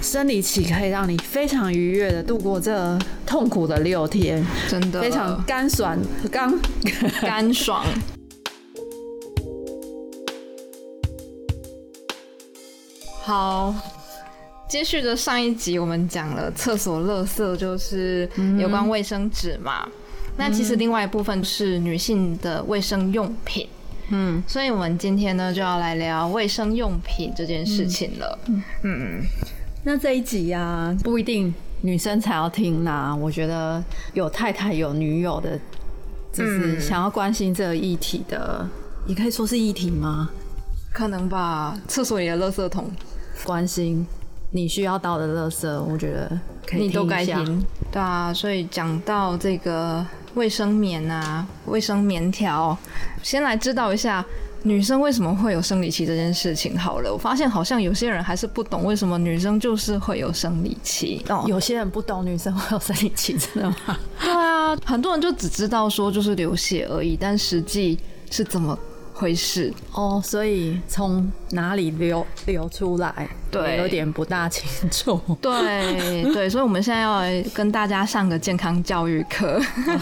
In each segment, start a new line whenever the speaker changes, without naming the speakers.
生理期可以让你非常愉悦的度过这痛苦的六天，
真的
非常干爽，刚
干爽。 好，接续着上一集，我们讲了厕所垃圾，就是有关卫生纸嘛。那其实另外一部分是女性的卫生用品。
嗯，
所以我们今天呢就要来聊卫生用品这件事情了。嗯嗯，
那这一集呀、不一定女生才要听啦。我觉得有太太有女友的，就是想要关心这个议题的，也可以说是议题吗？
可能吧。厕所里的垃圾桶，
关心你需要到的垃圾，我觉得可以
你都
一
该
下。
听。对啊，所以讲到这个卫生棉啊，卫生棉条，先来知道一下。女生为什么会有生理期这件事情？好了，我发现好像有些人还是不懂为什么女生就是会有生理期。哦，
有些人不懂女生会有生理期，真的吗？
对啊，很多人就只知道说就是流血而已，但实际是怎么回事？
哦，所以从哪里流流出来，
对
有点不大清楚。
对对，所以我们现在要来跟大家上个健康教育课，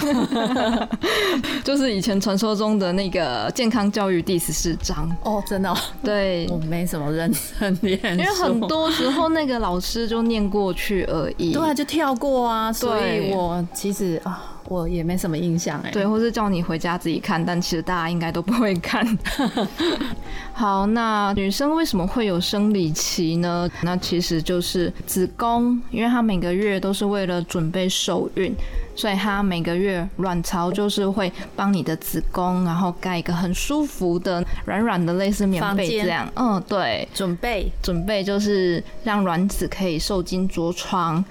就是以前传说中的那个健康教育第十四章。
哦，真的哦、
对，
我没什么认真 念书，因
因为很多时候那个老师就念过去而已。
对啊，就跳过啊，所以我其实啊，我也没什么印象哎。
对，或是叫你回家自己看，但其实大家应该都不会 看。好，那女生为什么会有生理期呢？那其实就是子宫，因为它每个月都是为了准备受孕，所以它每个月卵巢就是会帮你的子宫，然后盖一个很舒服的软软的类似棉
房
被
间
这样。嗯，对。
准备
准备就是让卵子可以受精着床，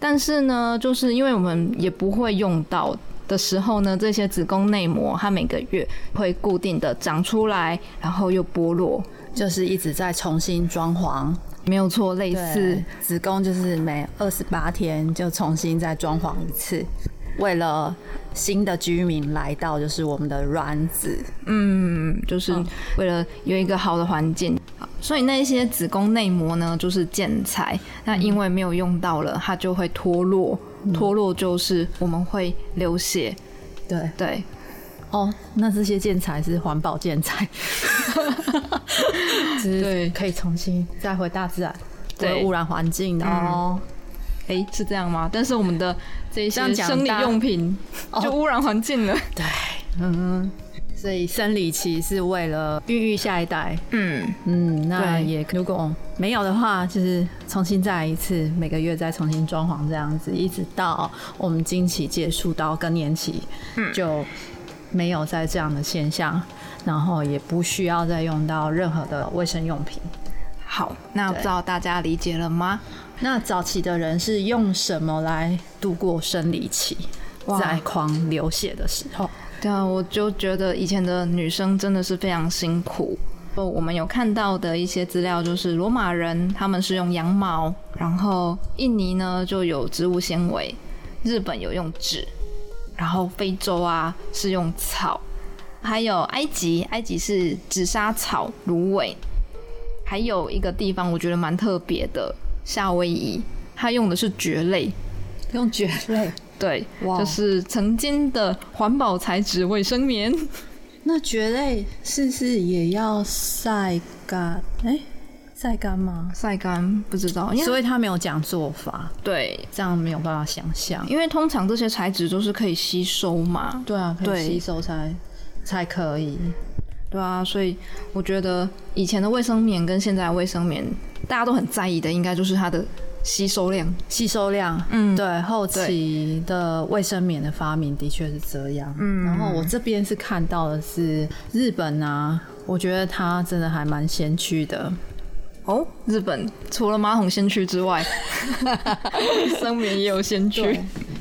但是呢，就是因为我们也不会用到的时候呢，这些子宫内膜它每个月会固定的长出来，然后又剥落，
就是一直在重新装潢，
没有错，类似
对，子宫就是每二十八天就重新再装潢一次，为了新的居民来到，就是我们的卵子，
嗯，就是为了有一个好的环境。所以那一些子宫内膜呢，就是建材，那因为没有用到了，它就会脱落，脱落就是我们会流血，
对，
对，
哦，那这些建材是环保建材， 只
对
是可以重新再回大自然，不
对
会污染环境，啊然后
诶，是这样吗？但是我们的这一
这
些
样讲
生理
大
用品
哦
就污染环境了。
对，嗯，所以生理期是为了孕育下一代，
嗯，
嗯，那
对
也如果没有的话，就是重新再来一次，每个月再重新装潢这样子，一直到我们经期结束到更年期，就没有再这样的现象，然后也不需要再用到任何的卫生用品。
好，那不知道大家理解了吗？
那早期的人是用什么来度过生理期？
哇
在狂流血的时候，
对啊，我就觉得以前的女生真的是非常辛苦。呃我们有看到的一些资料，就是罗马人他们是用羊毛，然后印尼呢就有植物纤维，日本有用纸，然后非洲啊是用草，还有埃及，埃及是紫砂草、芦苇，还有一个地方我觉得蛮特别的，夏威夷，它用的是蕨类，
用蕨类。
对，
哇
就是曾经的环保材质卫生棉。
那蕨类是不是也要晒干？哎、晒干吗？
晒干不知道，因为
所以他没有讲做法，
对，
这样没有办法想象。
因为通常这些材质都是可以吸收嘛，
对啊，可
对
以吸收才才可以。
对啊，所以我觉得以前的卫生棉跟现在的卫生棉，大家都很在意的，应该就是它的吸收量。
吸收量，
嗯
对，后期的卫生棉的发明的确是这样。嗯，然后我这边是看到的是日本啊，我觉得它真的还蛮先驱的。
哦，日本除了马桶先驱之外，卫 生棉也有先驱
对。，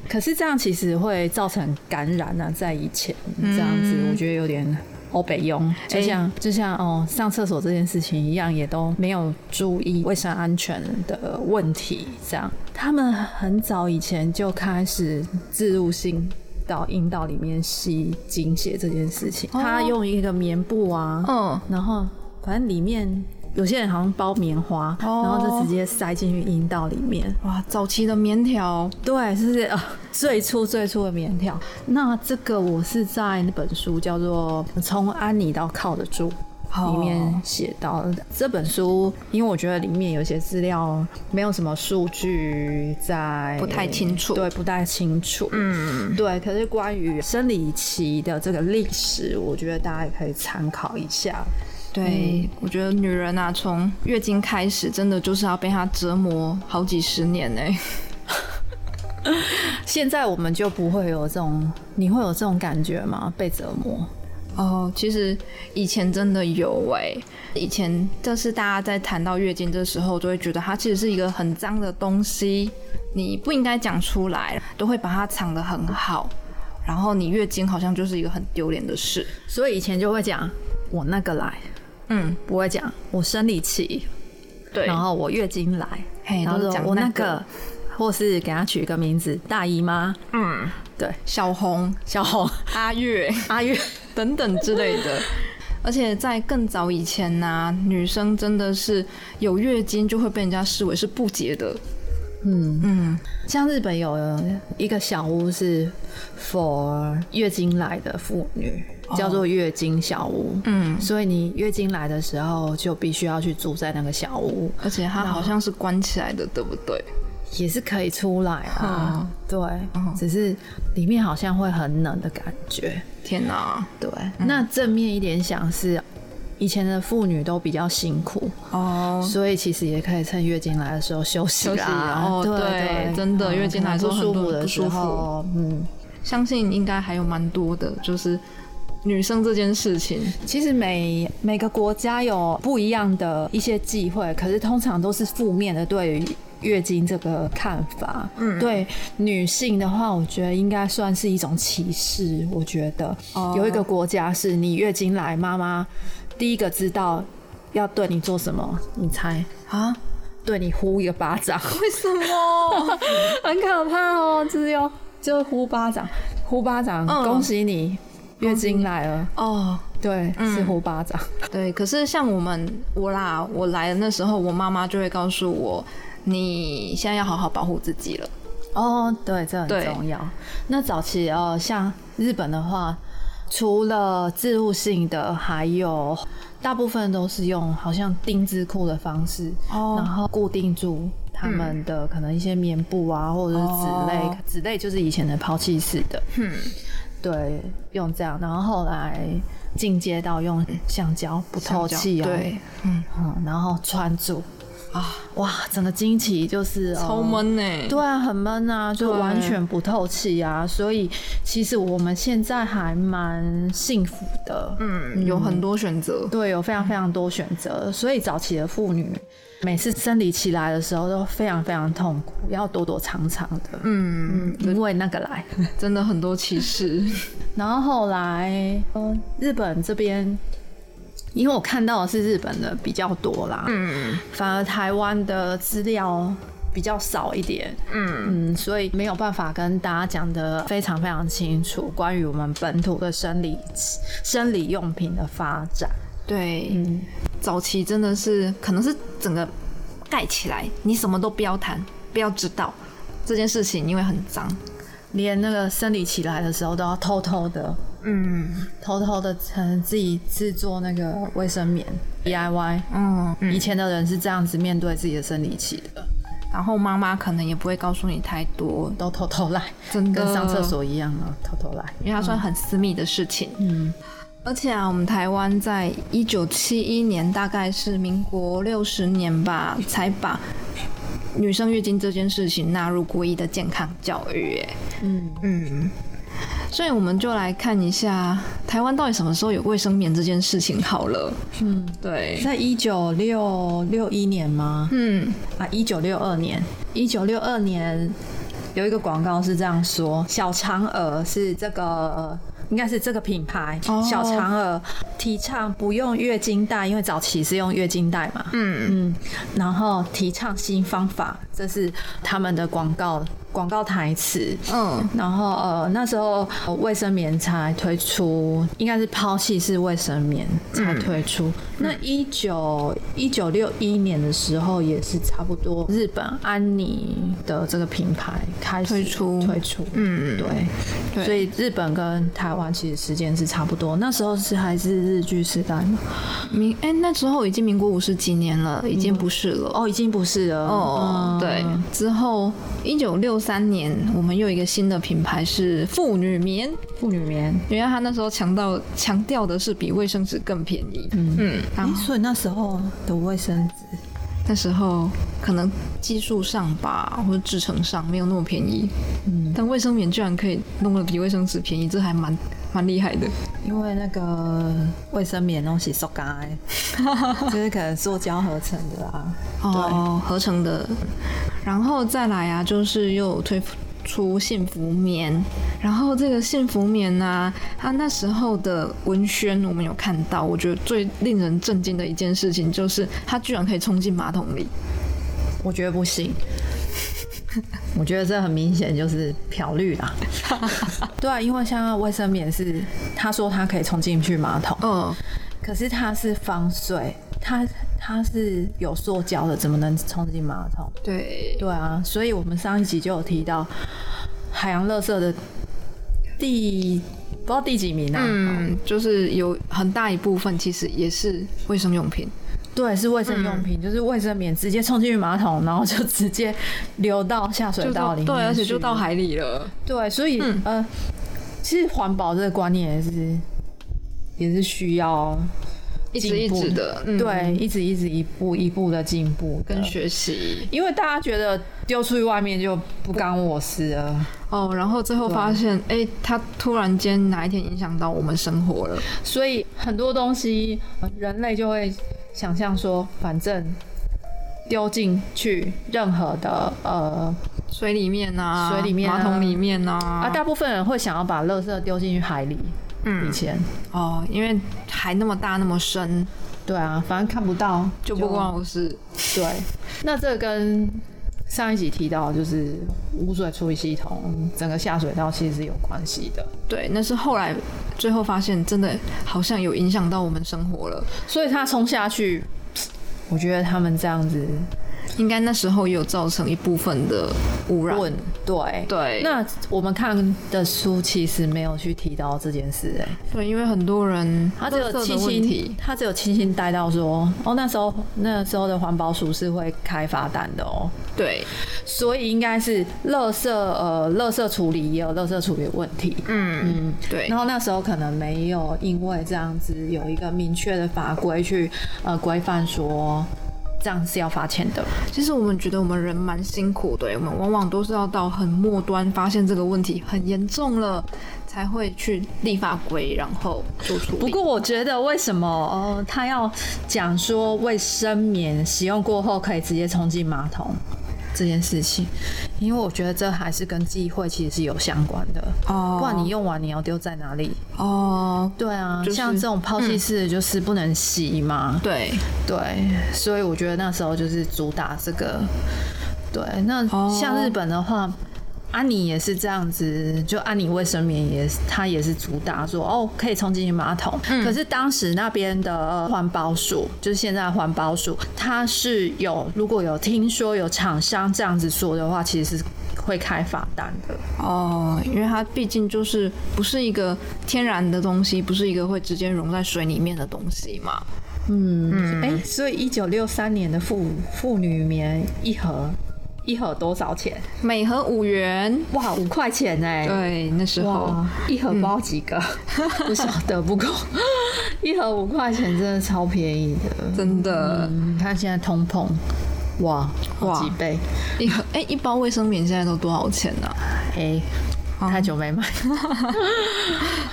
可是这样其实会造成感染啊，在以前这样子，我觉得有点欧北用，就像、就像哦上厕所这件事情一样，也都没有注意卫生安全的问题。这样，他们很早以前就开始植入性。到阴道里面吸精血这件事情，他用一个棉布啊，
嗯，
然后反正里面有些人好像包棉花，
哦
然后就直接塞进去阴道里面。
哇，早期的棉条
对，是呃最初最初的棉条。那这个我是在那本书叫做《从安妮到靠得住》
哦
里面写到的。这本书，因为我觉得里面有些资料没有什么数据在，
不太清楚
对，不太清楚。嗯，对。可是关于生理期的这个历史，我觉得大家也可以参考一下。嗯
对，我觉得女人啊，从月经开始，真的就是要被她折磨好几十年哎、
现在我们就不会有这种，你会有这种感觉吗？被折磨？
哦，其实以前真的有哎、以前就是大家在谈到月经的时候，就会觉得它其实是一个很脏的东西，你不应该讲出来，都会把它藏得很好。然后你月经好像就是一个很丢脸的事，
所以以前就会讲我那个来，
嗯，
不会讲我生理期，
对
然后我月经来，
嘿
然后
都
就是
讲
我那
那
个
个，
或是给他取一个名字，大姨妈，
嗯，
对，
小红、
小 红、
阿月。
阿月，
等等之类的。而且在更早以前呢、女生真的是有月经就会被人家视为是不洁的。
嗯，
嗯，
像日本有一个小屋是 for 月经来的妇女，叫做月经小屋，
哦嗯
所以你月经来的时候就必须要去住在那个小屋，
而且它好像是关起来的，对不对？
也是可以出来啊，
嗯
对，只是里面好像会很冷的感觉。
天哪、
对，
嗯
那正面一点想是，以前的妇女都比较辛苦，
哦，
所以其实也可以趁月经来的时候休息
休息
啦。
哦
对嗯
对真的月经来的时候
可能不舒
很
服
多人
的
不
时
舒服
候，嗯，
相信应该还有蛮多的，就是女生这件事情。
其实每每个国家有不一样的一些忌讳，可是通常都是负面的对于。月经这个看法，嗯，对女性的话，我觉得应该算是一种歧视。我觉得、
哦
有一个国家是你月经来，妈妈第一个知道要对你做什么，你猜？
啊？
对你呼一个巴掌，
为什么？
很可怕哦，只有就呼巴掌，呼巴掌，
嗯
恭喜你月经来了，
哦，
对，是呼巴掌，
对，可是像我们我啦，我来的那时候，我妈妈就会告诉我，你现在要好好保护自己了。
哦，对，这很
对
重要。那早期呃，像日本的话，除了自入性的，还有大部分都是用好像丁字裤的方式，
哦
然后固定住。他们的可能一些棉布啊，或者是纸类
哦，
纸、类就是以前的抛弃式的，
嗯，
对，用这样，然后后来进阶到用橡胶不透气啊，
对，嗯
嗯，然后穿住，
啊，
哇，整个经期就是
超。
呃
闷呢、
对啊，很闷啊，就
对
完全不透气啊，所以其实我们现在还蛮幸福的，
嗯，有很多选择。
对，有非常非常多选择，所以早期的妇女每次生理期来的时候都非常非常痛苦，要躲躲藏藏的，
嗯，
嗯，因为那个来，
真的很多歧视。
然后后来，嗯，日本这边，因为我看到的是日本的比较多啦，
嗯
反而台湾的资料比较少一点，
嗯，
嗯，所以没有办法跟大家讲的非常非常清楚关于我们本土的生理生理用品的发展，
对，
嗯，
早期真的是可能是整个盖起来，你什么都不要谈，不要知道这件事情，因为很脏。
连那个生理起来的时候都要偷偷的。
嗯
偷偷的，可能自己制作那
哦
个卫生棉 DIY。
嗯嗯，
以前的人是这样子面对自己的生理期的，
然后妈妈可能也不会告诉你太多，
都偷偷来。
真的
跟上厕，所一样啊，偷偷来。
因为它算很私密的事情。
嗯，
而且啊，我们台湾在一九七一年，大概是民国六十年吧，才把女生月经这件事情纳入国一的健康教育。哎，
嗯
嗯，所以我们就来看一下台湾到底什么时候有卫生棉这件事情好了。
嗯，
对，
在一九六六一年吗？
嗯，
啊，一九六二年，一九六二年有一个广告是这样说：小嫦娥是这个。呃应该是这个品牌、
哦
小嫦娥提倡不用月经带，因为早期是用月经带嘛。
嗯
嗯，然后提倡新方法，这是他们的广告广告台词，
嗯，
然后呃那时候呃卫生棉才推出，应该是抛弃式卫生棉才推出。那一九一九六一年的时候，也是差不多日本安妮的这个品牌开始
推出
推出，
嗯
对，
对
所以日本跟台湾其实时间是差不多，那时候是还是日剧时代嘛，
民哎、那时候已经民国五十几年了，已经不是了。
哦，已经不是了，
哦
嗯，
对，之后一九六三年，我们又有一个新的品牌是妇女棉，
妇女棉，
因为他那时候强调强调的是比卫生纸更便宜。嗯嗯，然后
所以那时候的卫生纸，
那时候可能技术上吧，或者制成上没有那么便宜，嗯，但卫生棉居然可以弄得比卫生纸便宜，这还蛮蛮厉害的。
因为那个卫生棉东西塑胶 的，就是可能塑胶合成的啊。
哦，合成的，然后再来啊，就是又有推出幸福棉，然后这个幸福棉呢、啊它那时候的文宣我们有看到，我觉得最令人震惊的一件事情就是它居然可以冲进马桶里。
我觉得不行， 我觉得这很明显就是漂绿啦。 对啊，因为像卫生棉是，他说他可以冲进去马桶，
嗯，
可是它是防水，它它是有塑胶的，怎么能冲进马桶？
对，
对啊，所以我们上一集就有提到海洋垃圾的第不知道第几名啊，
嗯，就是有很大一部分其实也是卫生用品。
对，是卫生用
嗯
品，就是卫生棉直接冲进去马桶，然后就直接流到下水
就
道
到
里面
对，而且
去
就到嗯海里了。
对，所以、呃，其实环保这个观念也是也是需要
一直
进步
一直的嗯
对，一直一直一步一步的进步的
跟学习
因为大家觉得丢出去外面就不干我事了，
哦，然后最后
啊
发现，哎、它突然间哪一天影响到我们生活了，
所以很多东西呃人类就会想象说，反正丢进去任何的呃
水里面啊，
水里面啊
马桶里面啊，
啊，大部分人会想要把垃圾丢进去海里。以
嗯，
前，
哦，因为海那么大那么深，
对啊，反正看不到，
就不关我事。
对。那这跟上一集提到，就是污水处理系统整个下水道其实是有关系的，
对，那是后来最后发现，真的好像有影响到我们生活了。
所以它冲下去，我觉得他们这样子
应该那时候也有造成一部分的污染。
问，对。
对，
那我们看的书其实没有去提到这件事、哎，
对，因为很多人
他只有
垃圾的
轻
问题
轻，他只有轻轻带到说，哦，那时候那时候的环保署是会开罚单的哦，
对，
所以应该是垃圾呃，垃圾处理也有垃圾处理的问题。
嗯，
嗯，
对
然，后那时候可能没有因为这样子有一个明确的法规去呃规范说这样是要罚钱的。
其实我们觉得我们人蛮辛苦的，欸我们往往都是要到很末端发现这个问题很严重了，才会去立法规，然后做处理。
不过我觉得为什么呃他要讲说卫生棉使用过后可以直接冲进马桶这件事情，因为我觉得这还是跟忌讳其实是有相关的。
哦
不然你用完你要丢在哪里？
哦，
对啊，
就是
像这种抛弃式的就是不能洗嘛。
对，
对，所以我觉得那时候就是主打这个。对，那
哦
像日本的话，安妮也是这样子，就安妮卫生棉也是，它也是主打说哦可以冲进去马桶。可是当时那边的环保署，就是现在的环保署，它是有如果有听说有厂商这样子说的话，其实是会开罚单的。
哦，因为它毕竟就是不是一个天然的东西，不是一个会直接溶在水里面的东西嘛。
嗯，哎、所以一九六三年的妇妇女棉一盒一盒多少钱？
每盒五元，
哇，五块钱哎、
对，那时候
哇，嗯一盒包几 个？不晓得，不过一盒五块钱真的超便宜的。
真的、
嗯，你看现在通膨，哇，
哇
好几倍，
一盒，哎、一包卫生棉现在都多少钱啊呢、
哎、太久没买，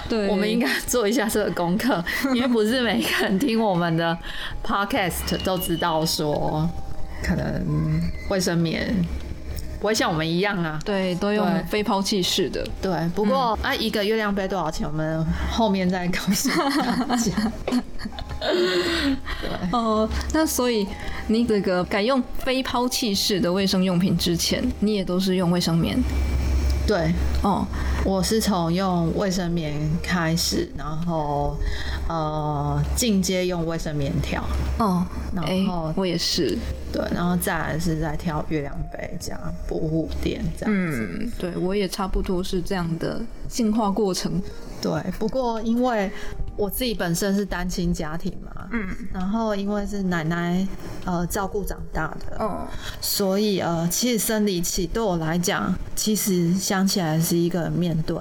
对
我们应
该
该做一下这个功课，因为不是每个人听我们的 podcast 都知道说，可能卫生棉不会像我们一样啊。嗯
对都用
对
非抛弃式的。
对，不 过、啊，一个月亮杯多少钱？我们后面再告诉大家。
哦，那所以你这个改用非抛弃式的卫生用品之前，你也都是用卫生棉
对，
哦。
我是从用卫生棉开始，然后呃进阶用卫生棉条，
哦，
然
哎
后
我也是，
对，然后再来是再挑月亮杯加补护垫这样。
嗯，对我也差不多是这样的进化过程。
对，不过因为我自己本身是单亲家庭嘛，嗯，然后因为是奶奶呃照顾长大的，
哦，
所以呃，其实生理期对我来讲，其实想起来是一个面对，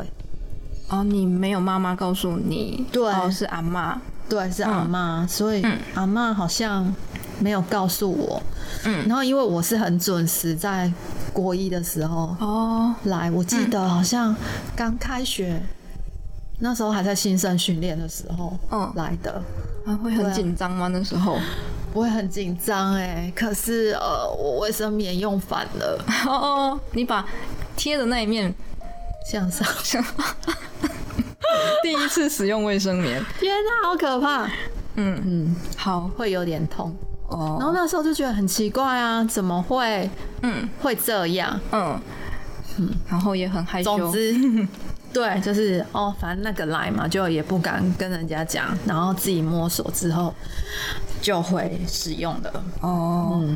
哦，你没有妈妈告诉你，
对
哦，是阿妈，
对，是阿妈，所以、
嗯
阿妈好像没有告诉我。
嗯
然后因为我是很准时，在国一的时候
哦，
来，我记得好像刚开学。那时候还在新生训练的时候，
嗯
来的，
啊，会
对
很
啊
紧张吗？那 时候？哦
我会很紧张哎。可是呃，我卫生棉用反了，
哦哦，你把贴的那一面，
向上，
第一次使用卫生棉，
天哪，好可怕，
嗯嗯，好
会有点痛。
哦，
然后那时候就觉得很奇怪啊，怎么会
嗯
会这样？
嗯然后也很害羞，
总之， 对，就是哦，反正那个来嘛，就也不敢跟人家讲，然后自己摸索之后就会使用的。
哦，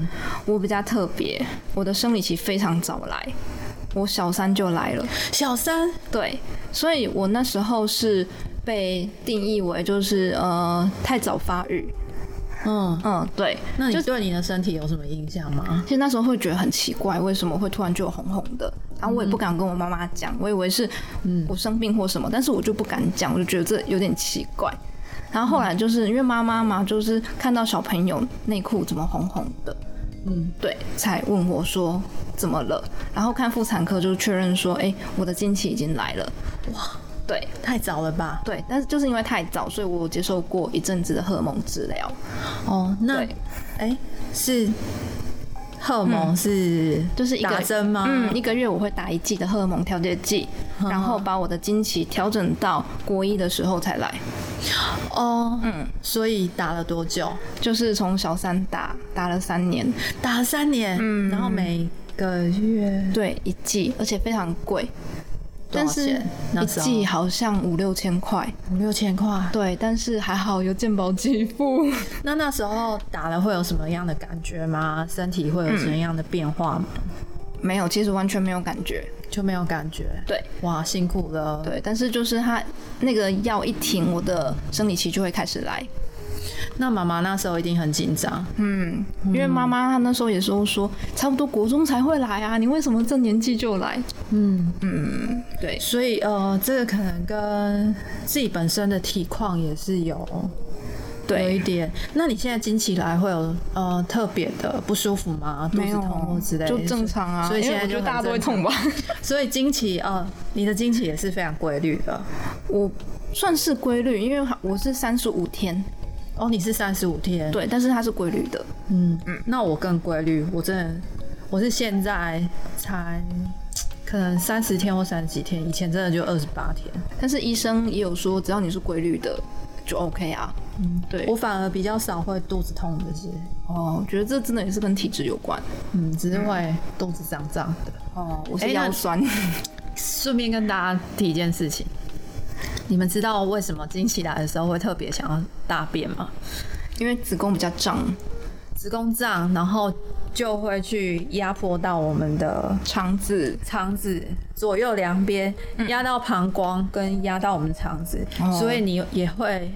我比较特别，我的生理期非常早来，我小三就来了，
小三，
对，所以我那时候是被定义为就是呃太早发育，
嗯，
嗯，对，
那你对你的身体有什么印象吗？
其实那时候会觉得很奇怪，为什么会突然就有红红的？然后我
嗯
也不敢跟我妈妈讲，我以为是我生病或什么，但是我就不敢讲，我就觉得这有点奇怪。然后后来就是因为妈妈嘛，就是看到小朋友内裤怎么红红的，
嗯，
对，才问我说怎么了。然后看妇产科就确认说，哎，我的经期已经来了。哇，对
太早了吧？
对，但是就是因为太早，所以我有接受过一阵子的荷尔蒙治疗。
哦，那
对，
哎、是荷尔蒙
嗯
是、
就是一个
打针吗？嗯
嗯，一个月我会打一剂的荷尔蒙调节剂，然后把我的经期调整到国一的时候才来。
哦，
嗯，
所以打了多久？
就是从小三打打了三年，
打了三年，
嗯
然后每个月
对一剂，而且非常贵，
多
但
少
是
钱？那
一
时候
剂好像五六千块。
五六千块。
对，但是还好有健保给 付。
那那时候打了会有什么样的感觉吗？身体会有什么
嗯
样的变化吗？
没有，其实完全没有感觉。
就没有感觉。
对
哇，辛苦了。，
对，但是就是它那个药一停，我的生理期就会开始来。
那妈妈那时候一定很紧张。
嗯，因为妈妈她那时候也说说，差不多国中才会来啊，你为什么这年纪就来？
嗯，
嗯，对，
所以呃，这个可能跟自己本身的体况也是有有一
对，
点。那你现在经期来会有呃特别的不舒服吗？肚子痛或之类的？
就正常啊，
所以
因
现
为
在
我
就
觉得
很
大家都会
正常
痛吧。
所以经期呃，你的经期也是非常规律的。
我算是规律，因为我是三十五天，
哦，你是三十五天。
对，但是它是规律的，
嗯，那我更规律，我真的我是现在才可能三十天或三十几天，以前真的就二十八天。
但是医生也有说，只要你是规律的就 OK 啊。嗯，对，
我反而比较少会肚子痛这些，
哦，我觉得这真的也是跟体质有关。
嗯，只是会肚子胀胀的。
哦，我是
哎那
腰酸，
顺便跟大家提一件事情，你们知道为什么经期来的时候会特别想要大便吗？
因为子宫比较胀，
子宫胀，然后就会去压迫到我们的
肠子
肠子左右两边压到膀胱，跟压到我们肠子，
哦
所以你也会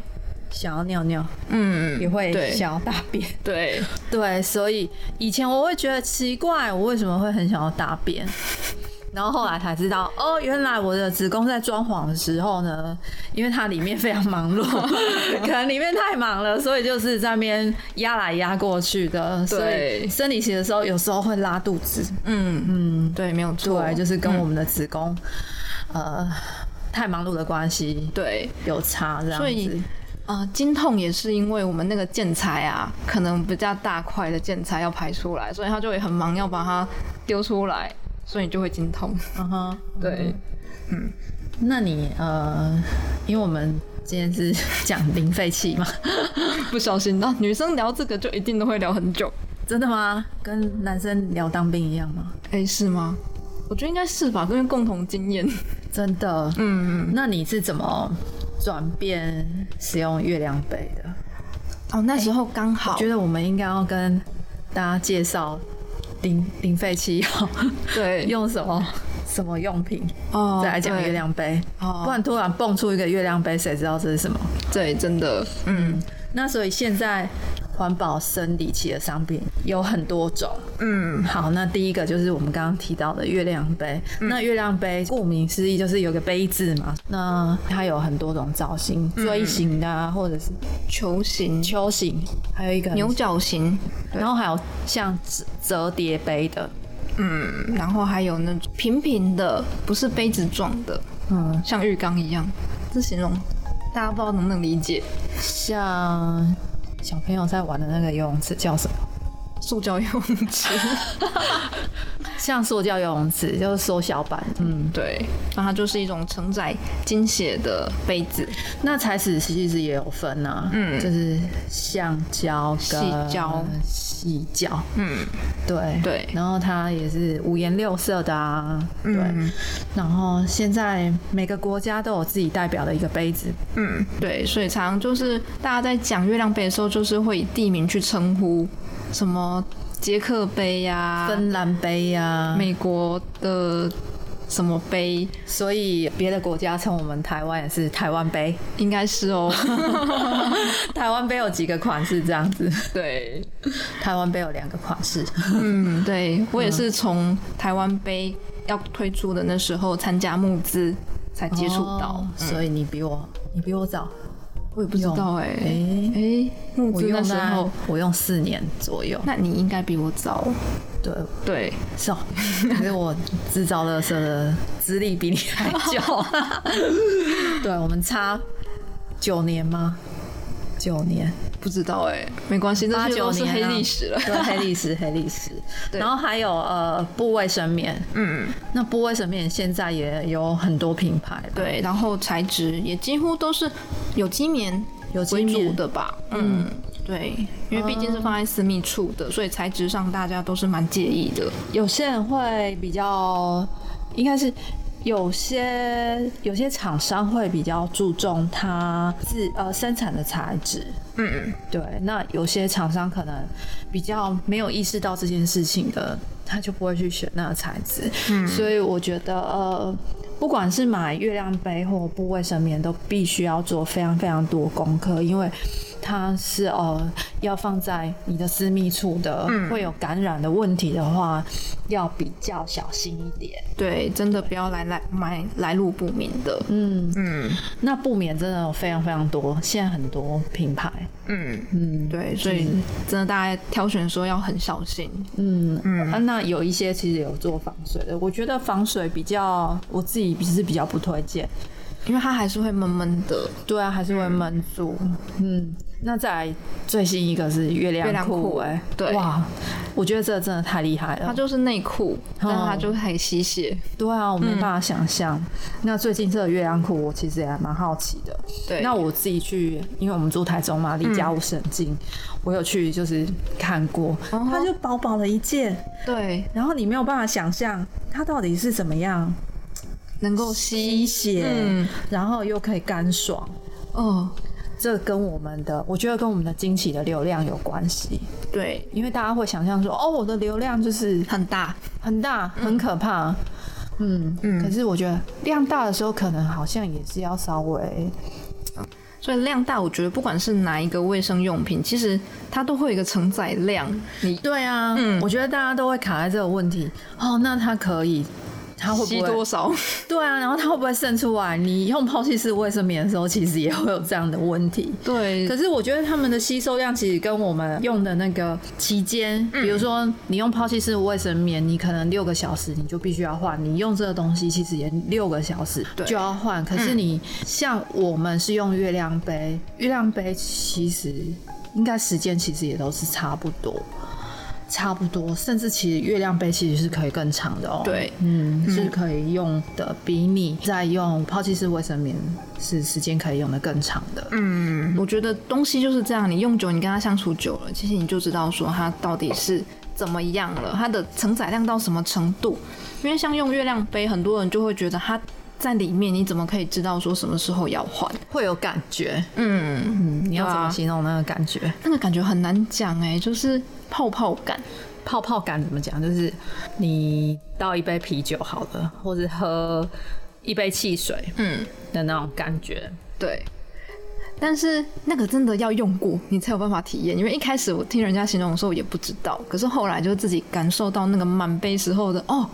想要尿尿，
嗯，
也会
对
想要大便。
对，
对，所以以前我会觉得奇怪，我为什么会很想要大 便？然后后来才知道，哦，原来我的子宫在装潢的时候呢，因为它里面非常忙 碌，可能里面太忙了，所以就是在那边压来压过去的，所以
对
生理期的时候有时候会拉肚子。
嗯嗯，对，嗯没有错，
对，就是跟我们的子宫、呃太忙碌的关系
对。
有差这样
所以
子。
啊，经痛也是因为我们那个建材啊，可能比较大块的建材要排出来，所以他就会很忙要把它丢出来，所以你就会经痛。
嗯哼，
对，
那你呃，因为我们今天是讲零废弃嘛，
不小心那女生聊这个就一定都会聊很久。
真的吗？跟男生聊当兵一样吗？
哎、是吗？我觉得应该是吧，因为共同经验。
真的。
嗯嗯。
那你是怎么转变使用月亮杯的？
哦，那时候刚好、
我觉得我们应该要跟大家介绍零零废弃药
对
用什么什么用品，
哦
再来讲
对
月亮杯。
哦
不然突然蹦出一个月亮杯，谁知道这是什么？
对，真的，嗯
那所以现在环保生理期的商品有很多种。
嗯，
好，那第一个就是我们刚刚提到的月亮杯。那月亮杯顾名思义就是有个杯字嘛，那它有很多种造型，
嗯
锥形的、啊，或者是
球形、
球形，还有一个很
牛角形，
然后还有像折折叠杯的，
嗯，然后还有那种平平的，不是杯子状的，
嗯，
像浴缸一样，这形容大家不知道能不能理解？
像小朋友在玩的那个游泳池叫什么？
塑胶游泳池，
像塑胶游泳池，就是缩小版。嗯，
对，那它就是一种承载精血的杯子，
那材质其实也有分啊，
嗯
就是橡胶、
细胶、
细胶，
嗯，
对
对
然后它也是五颜六色的啊，对。
嗯
然后现在每个国家都有自己代表的一个杯子，
嗯，对，所以常常就是大家在讲月亮杯的时候，就是会以地名去称呼，什么捷克杯呀、
芬兰杯啊呀、
美国的什么杯，
所以别的国家称我们台湾也是台湾 杯。
应该是哦。
台湾杯有几个款式这样子？哦
对，
台湾杯有两个款式。
嗯，对我也是从台湾杯要推出的那时候参加募资才接触到嗯
哦，所以你比我，你比我早。
我也不知道哎、
哎、
哎、募
我
资那
用
时
大概
候，
我用四年左右。
那你应该比我早。
啊对，
对，
是哦。可是我制造乐色的资历比你还久。 对，我们差九年吗？九年，
不知道哎、没关系，
八
这些
九
都是
年
黑
啊
历史了。
对，黑历史，黑历 史。
对
然后还有呃，布卫生棉。
嗯，
那布卫生棉现在也有很多品牌。，
对，然后材质也几乎都是有机棉
有机
为主
棉
的吧，嗯，对，因为毕竟是放在私密处的，所以材质上大家都是蛮介意的，
有些人会比较，应该是有些有些厂商会比较注重它自呃生产的材质，
嗯，
对。那有些厂商可能比较没有意识到这件事情的，他就不会去选那个材质。嗯，所以我觉得呃。不管是买月亮杯或布卫生棉，都必须要做非常非常多功课，因为它是呃要放在你的私密处的，会有感染的问题的话，要比较小心一点。
对，真的不要来来买来路不明的，
嗯，
嗯
那不免真的有非常非常多，现在很多品牌，
嗯，
嗯
对，所以真的大家挑选的时候要很小心，
嗯嗯、啊，那有一些其实有做防水的，我觉得防水比较我自己是比较不推荐，
因为它还是会闷闷的，
对啊，还是会闷住。嗯，那再来最新一个是月
月亮
亮
裤
裤，哎，
对
哇，我觉得这个真的太厉害了，
它就是内裤，但它就很吸血，
对啊，我没办法想象。
嗯
那最近这个月亮裤，我其实也还蛮好奇的。
对嗯
那我自己去，因为我们住台中嘛，离家务省近，我有去就是看过，
哦
它就薄薄的一件，
对，
然后你没有办法想象它到底是怎么样
能够吸
吸，血，
嗯
然后又可以干爽。
哦，
这跟我们的，我觉得跟我们的惊奇的流量有关系，
对，
因为大家会想象说，哦，我的流量就是
很大，
很大，很可怕。嗯嗯，可是我觉得量大的时候，可能好像也是要稍微
所以量大，我觉得不管是哪一个卫生用品，其实它都会有一个承载量。你
对啊，我觉得大家都会卡在这个问题。哦，那它可以，它会
吸
不
多
会？
少？
对啊，然后它会不会渗出来？你用抛弃式卫生棉的时候，其实也会有这样的问题。
对
可是我觉得他们的吸收量其实跟我们用的那个期间，
嗯
比如说你用抛弃式卫生棉，你可能六个小时你就必须要换，你用这个东西其实也六个小时
对
就要换。可是你像我们是用月亮杯，月亮杯其实应该时间其实也都是差不多。差不多，甚至其实月亮杯其实是可以更长的哦。
对，
嗯，是可以用的，比你在用抛弃式卫生棉是时间可以用的更长的。
嗯，我觉得东西就是这样，你用久，你跟它相处久了，其实你就知道说它到底是怎么样了，它的承载量到什么程度。因为像用月亮杯，很多人就会觉得它在里面，你怎么可以知道说什么时候要换？
会有感觉，
嗯，
嗯，你要怎
对
么
啊
形容那个感觉？
那个感觉很难讲哎、就是泡泡感。
泡泡感怎么讲？就是你倒一杯啤酒好了，或者喝一杯汽水，
嗯，
的那种感觉。
对。但是那个真的要用过，你才有办法体验。因为一开始我听人家形容的时候也不知道，可是后来就自己感受到那个满杯时候的哦，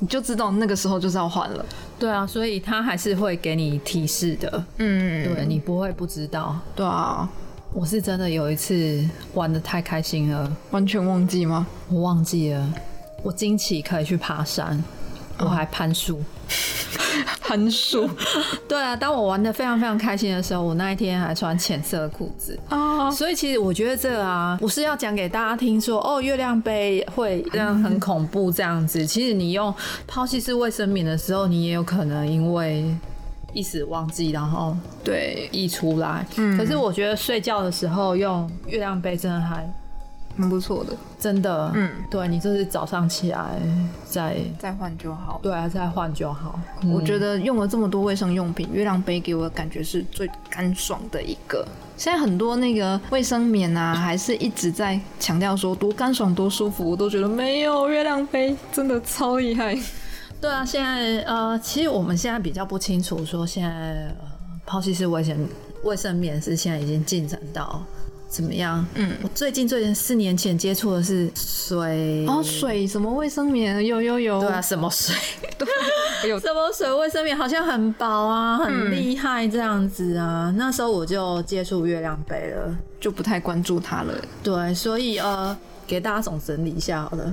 你就知道那个时候就是要换了。
对啊，所以他还是会给你提示的，
嗯，
对你不会不知道。
对啊，
我是真的有一次玩的太开心了，
完全忘记吗？
我忘记了，我惊奇可以去爬山，我还攀树。
攀树
对啊，当我玩的非常非常开心的时候，我那一天还穿浅色的裤子。
啊，
哦所以其实我觉得这个啊，不是要讲给大家听说哦，月亮杯会让很恐怖这样子。其实你用抛弃式卫生棉的时候，你也有可能因为一时忘记，然后
对，
溢出来。
嗯
可是我觉得睡觉的时候用月亮杯真的还
蛮不错的，
真的，
嗯
对你就是早上起来再
再换就好。
对啊再换就好。
我觉得用了这么多卫生用品，月亮杯给我的感觉是最干爽的一个。现在很多那个卫生棉啊，还是一直在强调说多干爽多舒服，我都觉得没有月亮杯真的超厉害。
对啊，现在呃，其实我们现在比较不清楚说现在、呃、抛弃式卫生卫生棉是现在已经进展到怎么样？
嗯
我最近最近四年前接触的是水，
然后哦水什么卫生棉，有有有，
对 啊，什么水？
有
什么水卫生棉好像很薄啊，很厉害这样子啊。那时候我就接触月亮杯了，
就不太关注它了。
对，所以呃，给大家总整理一下好了。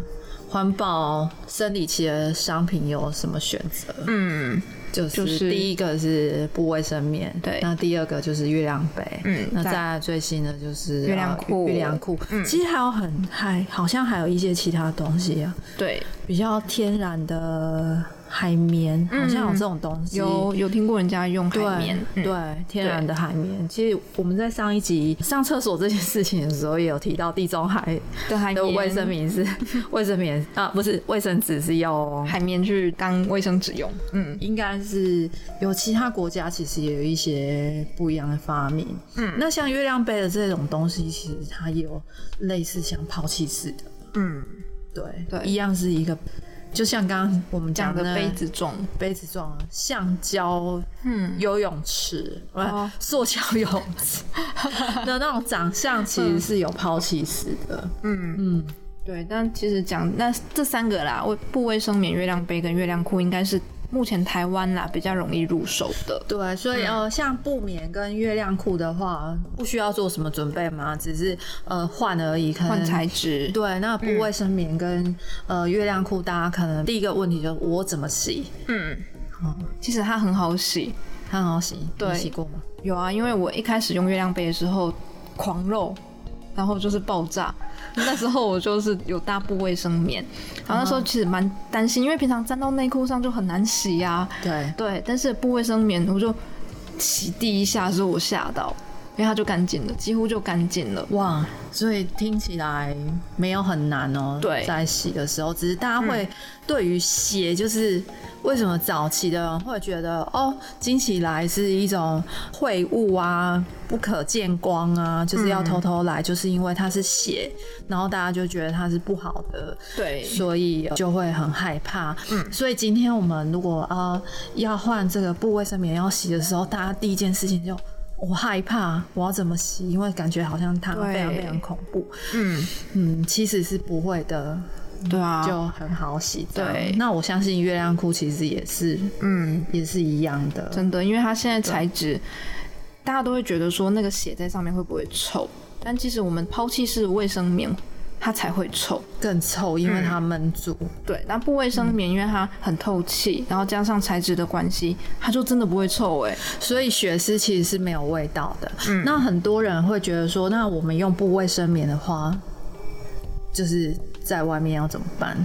环保生理期的商品有什么选择？
嗯，
就是、
就是
第一个是布卫生棉，
对
那第二个就是月亮杯，
嗯
那
再
再来最新的就是
月亮
呃
裤嗯
月亮裤，其实还有很还好像还有一些其他东西啊，
对，
比较天然的海绵，好像有这种东西。
嗯有有听过人家用海
对
绵，嗯
对，天然的海绵。其实我们在上一集上厕所这件事情的时候，也有提到地中海
对海
的
绵
卫生棉是卫生棉啊，不是卫生纸是要
海绵去当卫生纸用。嗯
应该是有其他国家其实也有一些不一样的发明。
嗯
那像月亮杯的这种东西，其实它也有类似像抛弃式的，
嗯，
对
对
一样是一个，就像刚刚我们
讲
讲
的
那
杯子状，
杯子状的橡胶
嗯，
游泳池，不、
哦
塑胶游泳 池的那种长相，其实是有抛弃式的。
嗯，对，但其实讲那这三个啦，卫不卫生棉、月亮杯跟月亮裤，应该是目前台湾啦比较容易入手的。
对，所以
嗯
呃，像布棉跟月亮裤的话，不需要做什么准备嘛，只是呃换而已，可能
换材质，嗯
对，那布卫生棉跟、呃月亮裤，大家可能第一个问题就是我怎么洗？
嗯，其实它很好洗。
很好洗，
对
你洗过吗？
有啊，因为我一开始用月亮杯的时候狂漏，然后就是爆炸。 那时候我就是有大布卫生棉，然后那时候其实蛮担心，因为平常沾到内裤上就很难洗啊呀、
对，
对，但是布卫生棉我就洗第一下的时候我吓到，因为它就干净了，几乎就干净了。
哇，所以听起来没有很难哦。
对
在洗的时候，只是大家会对于鞋，就是为什么早期的人会觉得哦，惊起来是一种秽物啊，不可见光啊，就是要偷偷来，就是因为它是血，然后大家就觉得它是不好的。
对
所以呃就会很害怕。嗯，所以今天我们如果呃要换这个布卫生棉要洗的时候，大家第一件事情就我害怕，我要怎么洗？因为感觉好像它
对
非常非常恐怖。
嗯，
嗯，其实是不会的，
对啊，
就很好洗这样。
对
那我相信月亮裤其实也是
嗯，
也是一样的。
真的，因为它现在材质，大家都会觉得说那个血在上面会不会臭，但其实我们抛弃式卫生棉，它才会臭。
更臭，因为它闷住。
对，那不卫生棉，因为它很透气，然后加上材质的关系，它就真的不会臭哎、
所以血丝其实是没有味道的。
嗯
那很多人会觉得说，那我们用布卫生棉的话，就是在外面要怎么办？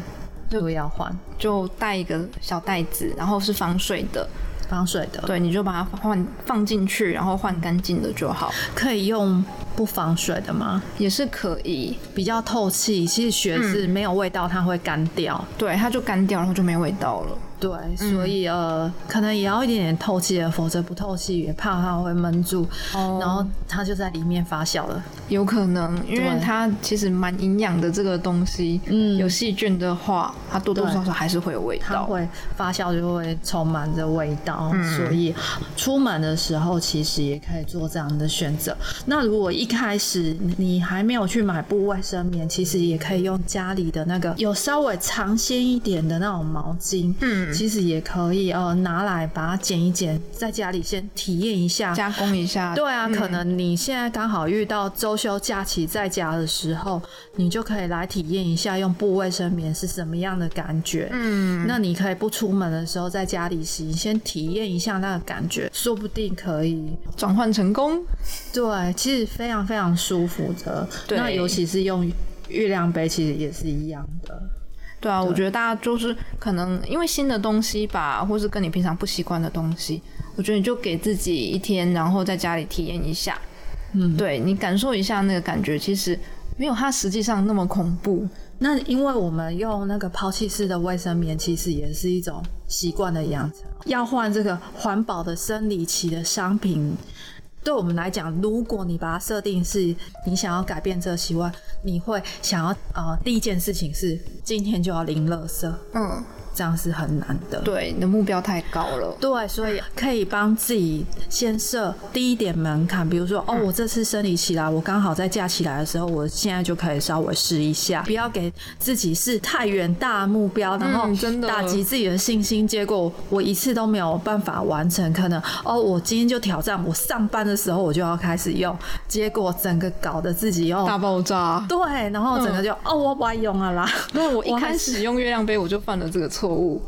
就
都要换
就带一个小袋子，然后是防水的，
防水的，
对，你就把它换放进去，然后换干净的就好，
可以用不防水的吗？
也是可以。
比较透气，其实血是没有味道，它会干掉。
对，它就干掉，然后就没味道了。
对，
嗯
所以呃，可能也要一点点透气的，否则不透气也怕它会闷住，
哦
然后它就在里面发酵了。
有可能，因为
对
它其实蛮营养的这个东西，
嗯
有细菌的话，它多多
对
少少还是会有味
它
道。
会发酵就会充满着味道，
嗯
所以出门的时候其实也可以做这样的选择。那如果一开始你还没有去买布卫生棉，其实也可以用家里的那个有稍微长纤一点的那种毛巾，
嗯
其实也可以呃拿来把它剪一剪，在家里先体验一下。
加工一下，
对啊，
嗯
可能你现在刚好遇到周休假期在家的时候，你就可以来体验一下用布卫生棉是什么样的感觉。
嗯，
那你可以不出门的时候在家里洗，先体验一下那个感觉，说不定可以。
转换成功，
对，其实非常非常舒服的。
对
那尤其是用月亮杯，其实也是一样的。
对啊，我觉得大家就是可能因为新的东西吧，或是跟你平常不习惯的东西，我觉得你就给自己一天，然后在家里体验一下，
嗯
对你感受一下那个感觉，其实没有它实际上那么恐怖，
那因为我们用那个抛弃式的卫生棉，其实也是一种习惯的养成。要换这个环保的生理期的商品，对我们来讲，如果你把它设定是你想要改变这个习惯，你会想要呃第一件事情是今天就要零垃圾，
嗯，
这样是很难的。
对，你的目标太高了，
对，所以可以帮自己先设低一点门槛，比如说，
嗯
哦，我这次生理期来，我刚好在假期来的时候，我现在就可以稍微试一下，不要给自己是太远大的目标，然后
嗯真的
打击自己的信心，结果我一次都没有办法完成，可能哦，我今天就挑战，我上班的时候我就要开始用，结果整个搞得自己又
大爆炸。
对，然后整个就、哦，我不爱用啊啦，
那我一
我还
开始用月亮杯，我就犯了这个错误。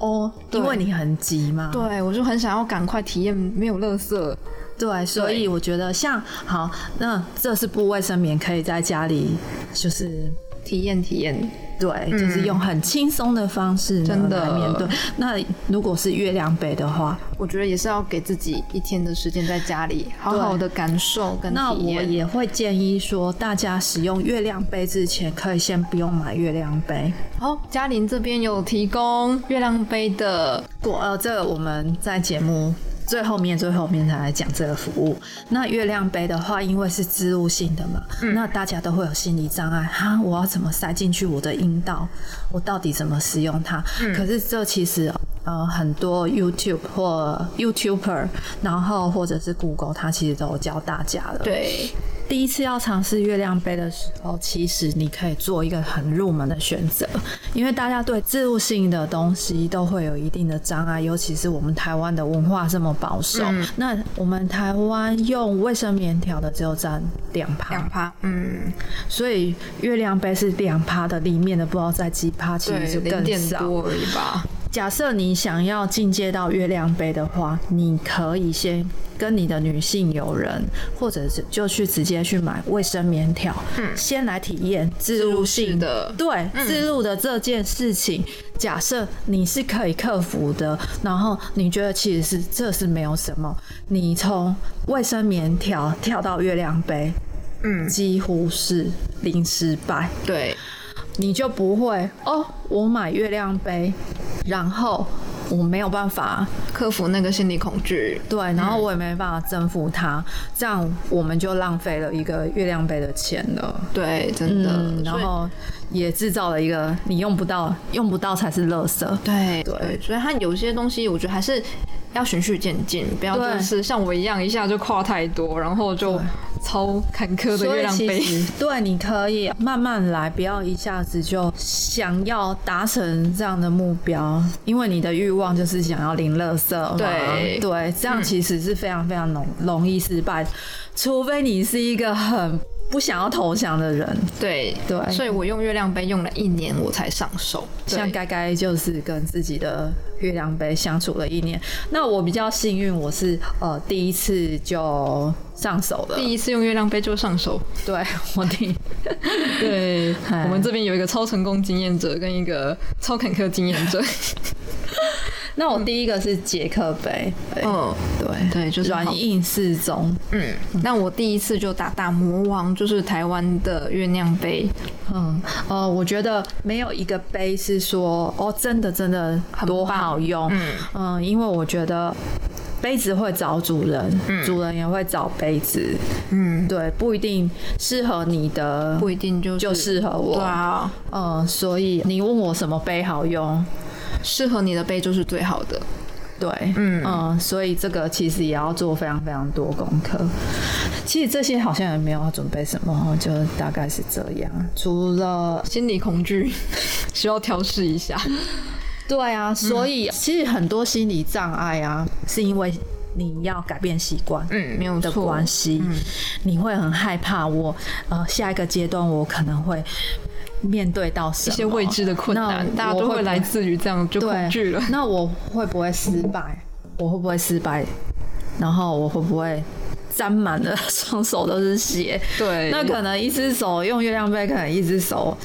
哦，因为你很急嘛，
对，我就很想要赶快体验没有垃圾。
对，所以我觉得像好，那这是布卫生棉，可以在家里就是。
体验体验，
对，就是用很轻松的方式呢
嗯真的
来面对。那如果是月亮杯的话，
我觉得也是要给自己一天的时间在家里，好好的感受跟
那
体
我
验。
也会建议说，大家使用月亮杯之前，可以先不用买月亮杯。
好，嘉玲这边有提供月亮杯的，
果呃，这个我们在节目最后面最后面才来讲这个服务。那月亮杯的话，因为是植入性的嘛，那大家都会有心理障碍哈，我要怎么塞进去我的阴道？我到底怎么使用它？可是这其实。呃，很多 YouTube 或 YouTuber，然后或者是 Google，它其实都有教大家了。
对，
第一次要尝试月亮杯的时候，其实你可以做一个很入门的选择，因为大家对自入性的东西都会有一定的障碍，尤其是我们台湾的文化这么保守。
嗯
那我们台湾用卫生棉条的只有占两
两
趴，
趴，嗯，
所以月亮杯是两趴的，里面的不知道在几趴，其
对
实，就
零
更
点
少。
多而已吧。
假设你想要进阶到月亮杯的话，你可以先跟你的女性友人，或者是就去直接去买卫生棉条，
嗯
先来体验自入
是
性。
的，嗯
对自入的这件事情，假设你是可以克服的，然后你觉得其实是这是没有什么，你从卫生棉条跳到月亮杯，
嗯，
几乎是零失败。
对，
你就不会哦。我买月亮杯，然后我没有办法
克服那个心理恐惧，
对，然后我也没办法征服它，这样我们就浪费了一个月亮杯的钱了。
对，真的。
嗯，然
所以
后也制造了一个你用不到，用不到才是垃圾。
对
对
对，所以它有些东西，我觉得还是要循序渐进，不要
对
就是像我一样一下就跨太多，然后就
对
超坎坷的
所
月
以
亮
其
杯。
实对，你可以慢慢来，不要一下子就想要达成这样的目标，因为你的欲望就是想要零垃圾嘛。
对
对，这样其实是非常非常容容易失败，除非你是一个很。不想要投降的人。
对
对
所以我用月亮杯用了一年，我才上手。
像
对
该该就是跟自己的月亮杯相处了一年。那我比较幸运，我是呃第一次就上手了。
第一次用月亮杯就上手，
对我 第
对
哎
我们这边有一个超成功经验者跟一个 超坎坷经验者，
那我第一个是捷克杯，对、
嗯，
对，
对，就是好
软硬适中。
嗯，那我第一次就打打魔王，就是台湾的月亮杯，
嗯，呃，我觉得没有一个杯是说哦，真的真的
很
多
棒
好用。
嗯
嗯，因为我觉得杯子会找主人，主人也会找杯子，
嗯，
对，不一定适合你的，
不一定就是
就适合我。
对啊，
嗯，所以你问我什么杯好用，
适合你的杯就是最好的。
对，
嗯
嗯，所以这个其实也要做非常非常多功课。其实这些好像也没有要准备什么，就大概是这样。除了
心理恐惧 需要调试一下，
对啊，所
嗯
以其实很多心理障碍啊，是因为你要改变习惯，
嗯没有
的
错嗯
关系，你会很害怕我。呃，下一个阶段我可能会面对到什
一
么
些未知的困难，
那
大家
我
都
会
会
不
来自于这样就恐惧了
对。那我会不会失败？我会不会失败？然后我会不会沾满了双手都是血？
对
那可能一只手用月亮杯，可能一只手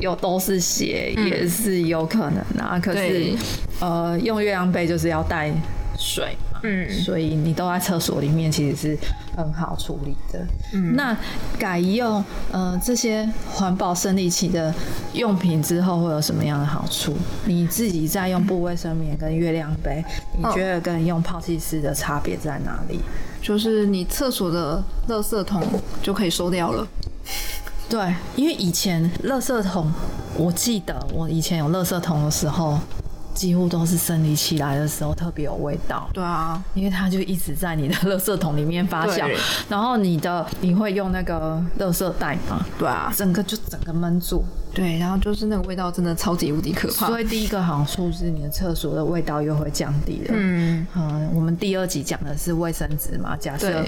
有都是血，也是有可能啊。可是
对
呃，用月亮杯就是要带水嘛，
嗯
所以你都在厕所里面，其实是很好处理的。嗯，那改用呃这些环保生理期的用品之后，会有什么样的好处？你自己在用布卫生棉跟月亮杯，你
嗯
觉得跟用泡气式的差别在哪里？
就是你厕所的垃圾桶就可以收掉了。
对，因为以前垃圾桶，我记得我以前有垃圾桶的时候，几乎都是生理期来的时候特别有味道。
对啊，
因为它就一直在你的垃圾桶里面发酵
对，
然后你的你会用那个垃圾袋嘛，
对啊，
整个就整个闷住。
对，然后就是那个味道真的超级无敌可怕。
所以第一个好处是你的厕所的味道又会降低了。
嗯，
嗯，我们第二集讲的是卫生纸嘛，假设
对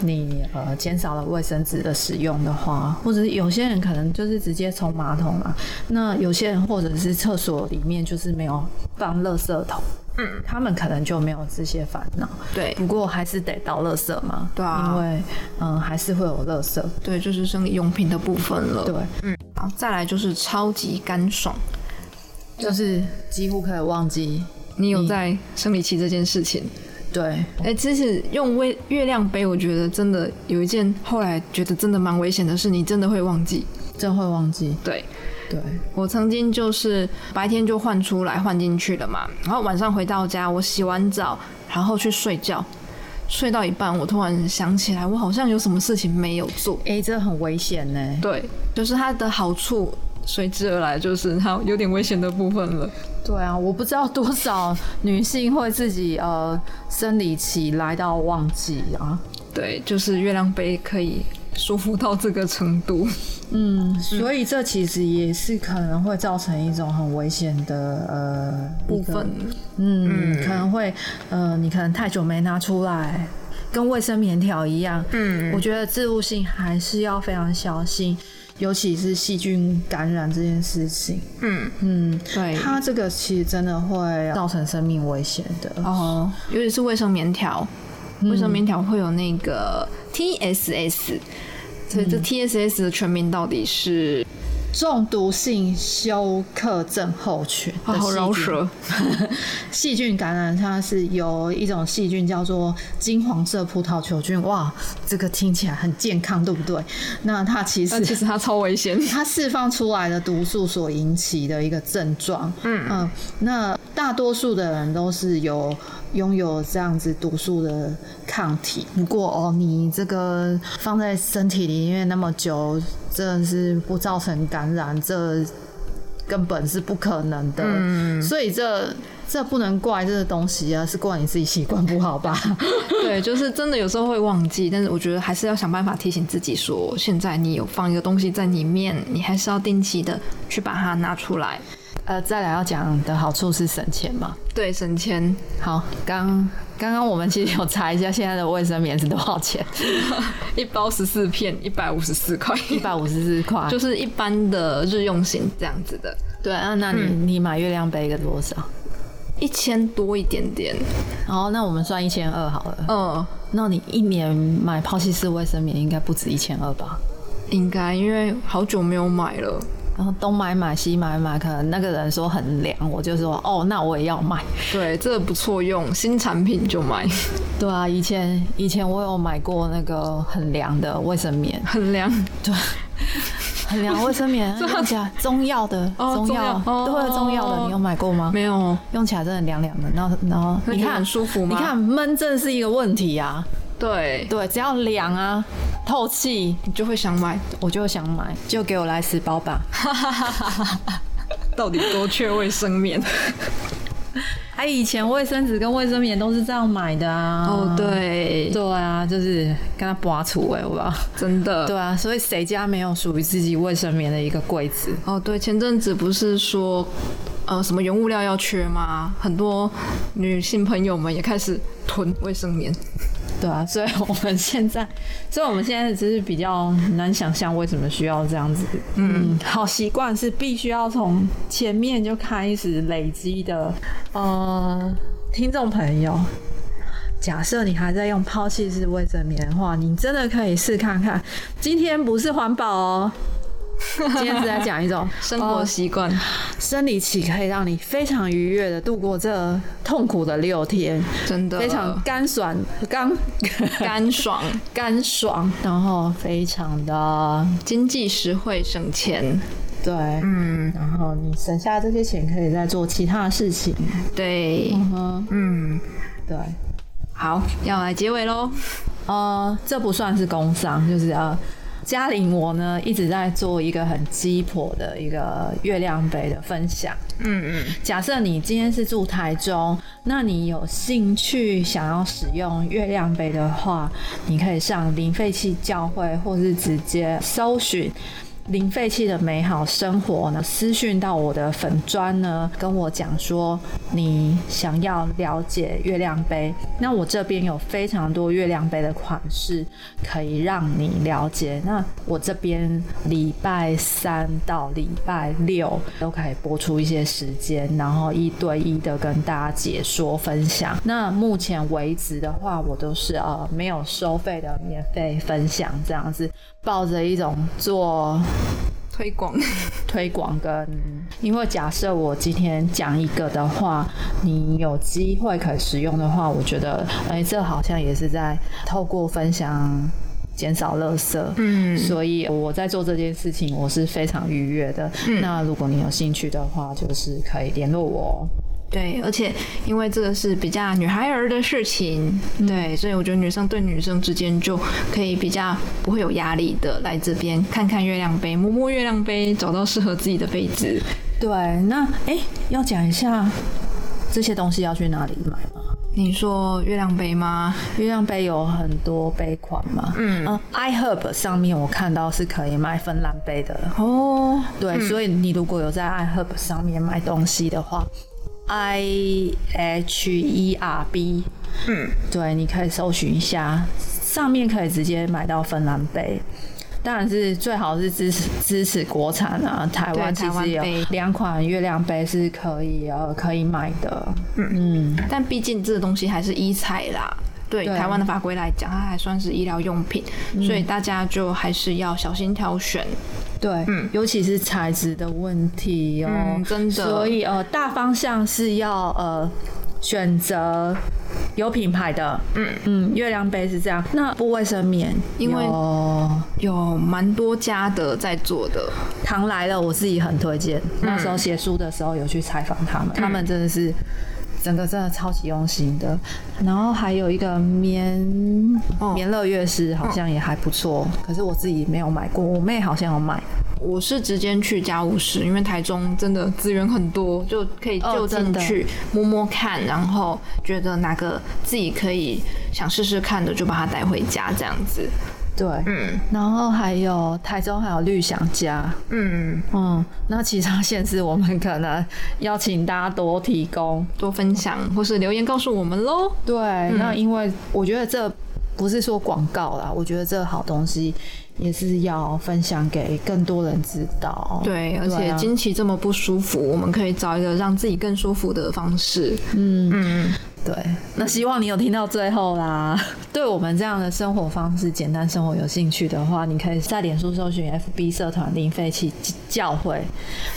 你呃减少了卫生纸的使用的话，或者是有些人可能就是直接冲马桶嘛，那有些人或者是厕所里面就是没有放垃圾桶，嗯，他们可能就没有这些烦恼。
对
不过还是得倒垃圾嘛，
对啊
因为嗯还是会有垃圾，
对，就是生理用品的部分了。
对，，
好，再来就是超级干爽。
就是几乎可以忘记，
你有在生理期这件事情？
对，
哎、其实用微月亮杯，我觉得真的有一件后来觉得真的蛮危险的事，你真的会忘记。
真会忘记，
对
对，
我曾经就是白天就换出来换进去了嘛，然后晚上回到家，我洗完澡然后去睡觉，睡到一半，我突然想起来，我好像有什么事情没有做。
哎、这很危险呢、
对，就是它的好处随之而来，就是它有点危险的部分了。
对啊，我不知道多少女性会自己呃生理期来到忘记啊。
对，就是月亮杯可以舒服到这个程度。
嗯，所以这其实也是可能会造成一种很危险的呃
部分，
嗯，可能会呃你可能太久没拿出来，跟卫生棉条一样。
嗯
我觉得置物性还是要非常小心，尤其是细菌感染这件事情。
嗯，
嗯，
对。
它这个其实真的会造成生命危险的。
哦，嗯尤其是卫生棉条，卫生棉条会有那个 TSS，、所以这 TSS 的全名到底 是
中毒性休克症候群
啊
的
好
细
饶
菌
舌。
细菌感染它是由一种细菌叫做金黄色葡萄球菌。哇，这个听起来很健康，对不对？那它其实
但其实它超危险。
它释放出来的毒素所引起的一个症状。嗯那大多数的人都是有拥有这样子毒素的抗体。不过哦，你这个放在身体里面那么久，真的是不造成感染，这根本是不可能的。嗯、所以这这不能怪这个东西啊，是怪你自己习惯不好 吧？
对，就是真的有时候会忘记，但是我觉得还是要想办法提醒自己说，现在你有放一个东西在里面，你还是要定期的去把它拿出来。
呃，再来要讲的好处是省钱嘛。
对，省钱。
好，刚刚刚我们其实有查一下现在的卫生棉是多少钱，
一包十四片，一百五十四 块，
一百五十四块。
就是一般的日用型这样子的，
对啊，那你、你买月亮杯一个多少？
一千多一点点。
哦，那我们算一千二好了。
嗯，
那你一年买抛弃式卫生棉应该不止一千二吧？
应该因为好久没有买了。
然后东买买西买买，可能那个人说很凉，我就说哦，那我也要买。
对，这个不错用，新产品就买，
对啊，以前以前我有买过那个很凉的卫生棉，
很凉。
很凉卫生 棉用起来中药的，
哦
中药
中药哦
对中药的，你有买过吗？
没有，
用起来真的凉凉的，然后然后
那
你
觉得
看
很舒服
你
吗
看闷症是一个问题啊，
对，
对，只要凉啊透气，
你就会想买。
我就想买，就给我来十包吧。
到底多缺卫生 棉？
哎，以前卫生纸跟卫生棉都是这样买的啊。
哦，对，
对啊，就是跟他拔除哎，我吧。
真的。
对啊，所以谁家没有属于自己卫生棉的一个柜子？
哦，对，前阵子不是说，呃，什么原物料要缺吗？很多女性朋友们也开始囤卫生棉。
对啊，所以我们现在， 所以我们现在只是比较难想象为什么需要这样子。嗯，好习惯是必须要从前面就开始累积的。呃，听众朋友，假设你还在用抛弃式卫生棉的话，你真的可以试看看。今天不是环保哦，今天是在讲一 种
生活
呃
习惯，
生理期可以让你非常愉悦的度过这痛苦的六天，
真的
非常干爽，干
干爽、
干爽，然后非常的
经济实惠、省钱。
对，
嗯，
然后你省下这些钱可以再做其他的事情，
对，
嗯，
嗯，
对，
好，要来结尾喽。
呃，这不算是工伤，就是呃。嘉玲，我呢一直在做一个很鸡婆的一个月亮杯的分享，
嗯嗯，
假设你今天是住台中，那你有兴趣想要使用月亮杯的话，你可以上零废弃教会，或是直接搜寻。零废弃的美好生活呢？私讯到我的粉砖呢，跟我讲说你想要了解月亮杯，那我这边有非常多月亮杯的款式可以让你了解。那我这边礼拜三到礼拜六都可以播出一些时间，然后一对一的跟大家解说分享。那目前为止的话，我都是呃没有收费的免费分享这样子，抱着一种做
推广
推广跟，嗯因为假设我今天讲一个的话，你有机会可以使用的话，我觉得，哎、这好像也是在透过分享减少垃圾。
嗯
所以我在做这件事情，我是非常愉悦的。那如果你有兴趣的话，就是可以联络我哦。
对，而且因为这个是比较女孩儿的事情，对，所以我觉得女生对女生之间就可以比较不会有压力的来这边看看月亮杯，摸摸月亮杯，找到适合自己的杯子。
对，那哎、要讲一下这些东西要去哪里买吗？
你说月亮杯吗？
月亮杯有很多杯款嘛，嗯、iHerb 上面我看到是可以卖芬兰杯的，
哦，
对，所以你如果有在 iHerb 上面买东西的话，I H E R B，
嗯，
对，你可以搜寻一下，上面可以直接买到芬兰杯。当然是最好是支持支持国产啊，台湾
对
其
台湾
实有
杯
两款月亮杯是可以呃可以买的，
嗯但毕竟这个东西还是医材啦。对
对
台湾的法规来讲，它还算是医疗用品，所以大家就还是要小心挑选。
对，
嗯
尤其是材质的问题哦，
嗯真的
所以呃，大方向是要呃选择有品牌的，嗯嗯，月亮杯是这样。那不卫生棉，
因为
有
有蛮多家的在做的，
糖来了，我自己很推荐。
嗯
那时候写书的时候有去采访他们，他们真的是。整个真的超级用心的，然后还有一个棉、
哦嗯
棉乐乐师好像也还不错，可是我自己没有买过，我妹好像有买，
我是直接去家务室，因为台中真的资源很多，就可以
哦
就
真
近
的
去摸摸看，然后觉得哪个自己可以想试试看的，就把它带回家这样子。
对，
嗯
然后还有台中还有绿想家，
嗯，
嗯，那其他县市我们可能要请大家多提供。
多分享或是留言告诉我们喽。
对，那因为我觉得这不是说广告啦，我觉得这好东西也是要分享给更多人知道。
对，而且
啊
经期这么不舒服，我们可以找一个让自己更舒服的方式。
对
那希望你有听到最后啦。
对我们这样的生活方式、简单生活有兴趣的话，你可以在脸书搜寻 FB 社团零废弃教会，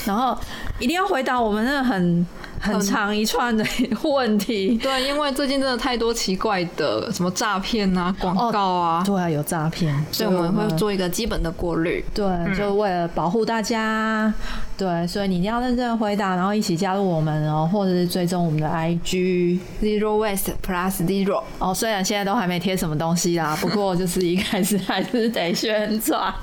然后一定要回答我们那很很长一串的 问题。
对，啊因为最近真的太多奇怪的，什么诈骗啊、广告啊，
对啊，有诈骗，
所以我们会嗯做一个基本的过滤。
对，就为了保护大家，对，所以你一定要认真的回答，然后一起加入我们哦，或者是追踪我们的 IG
Zero Waste Plus Zero，
哦。虽然现在都还没贴什么东西 啦，不过就是一开始还是得宣传，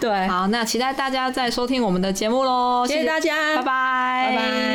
对，
好，那期待大家再收听我们的节目喽，
谢谢大家，
拜拜，
拜拜。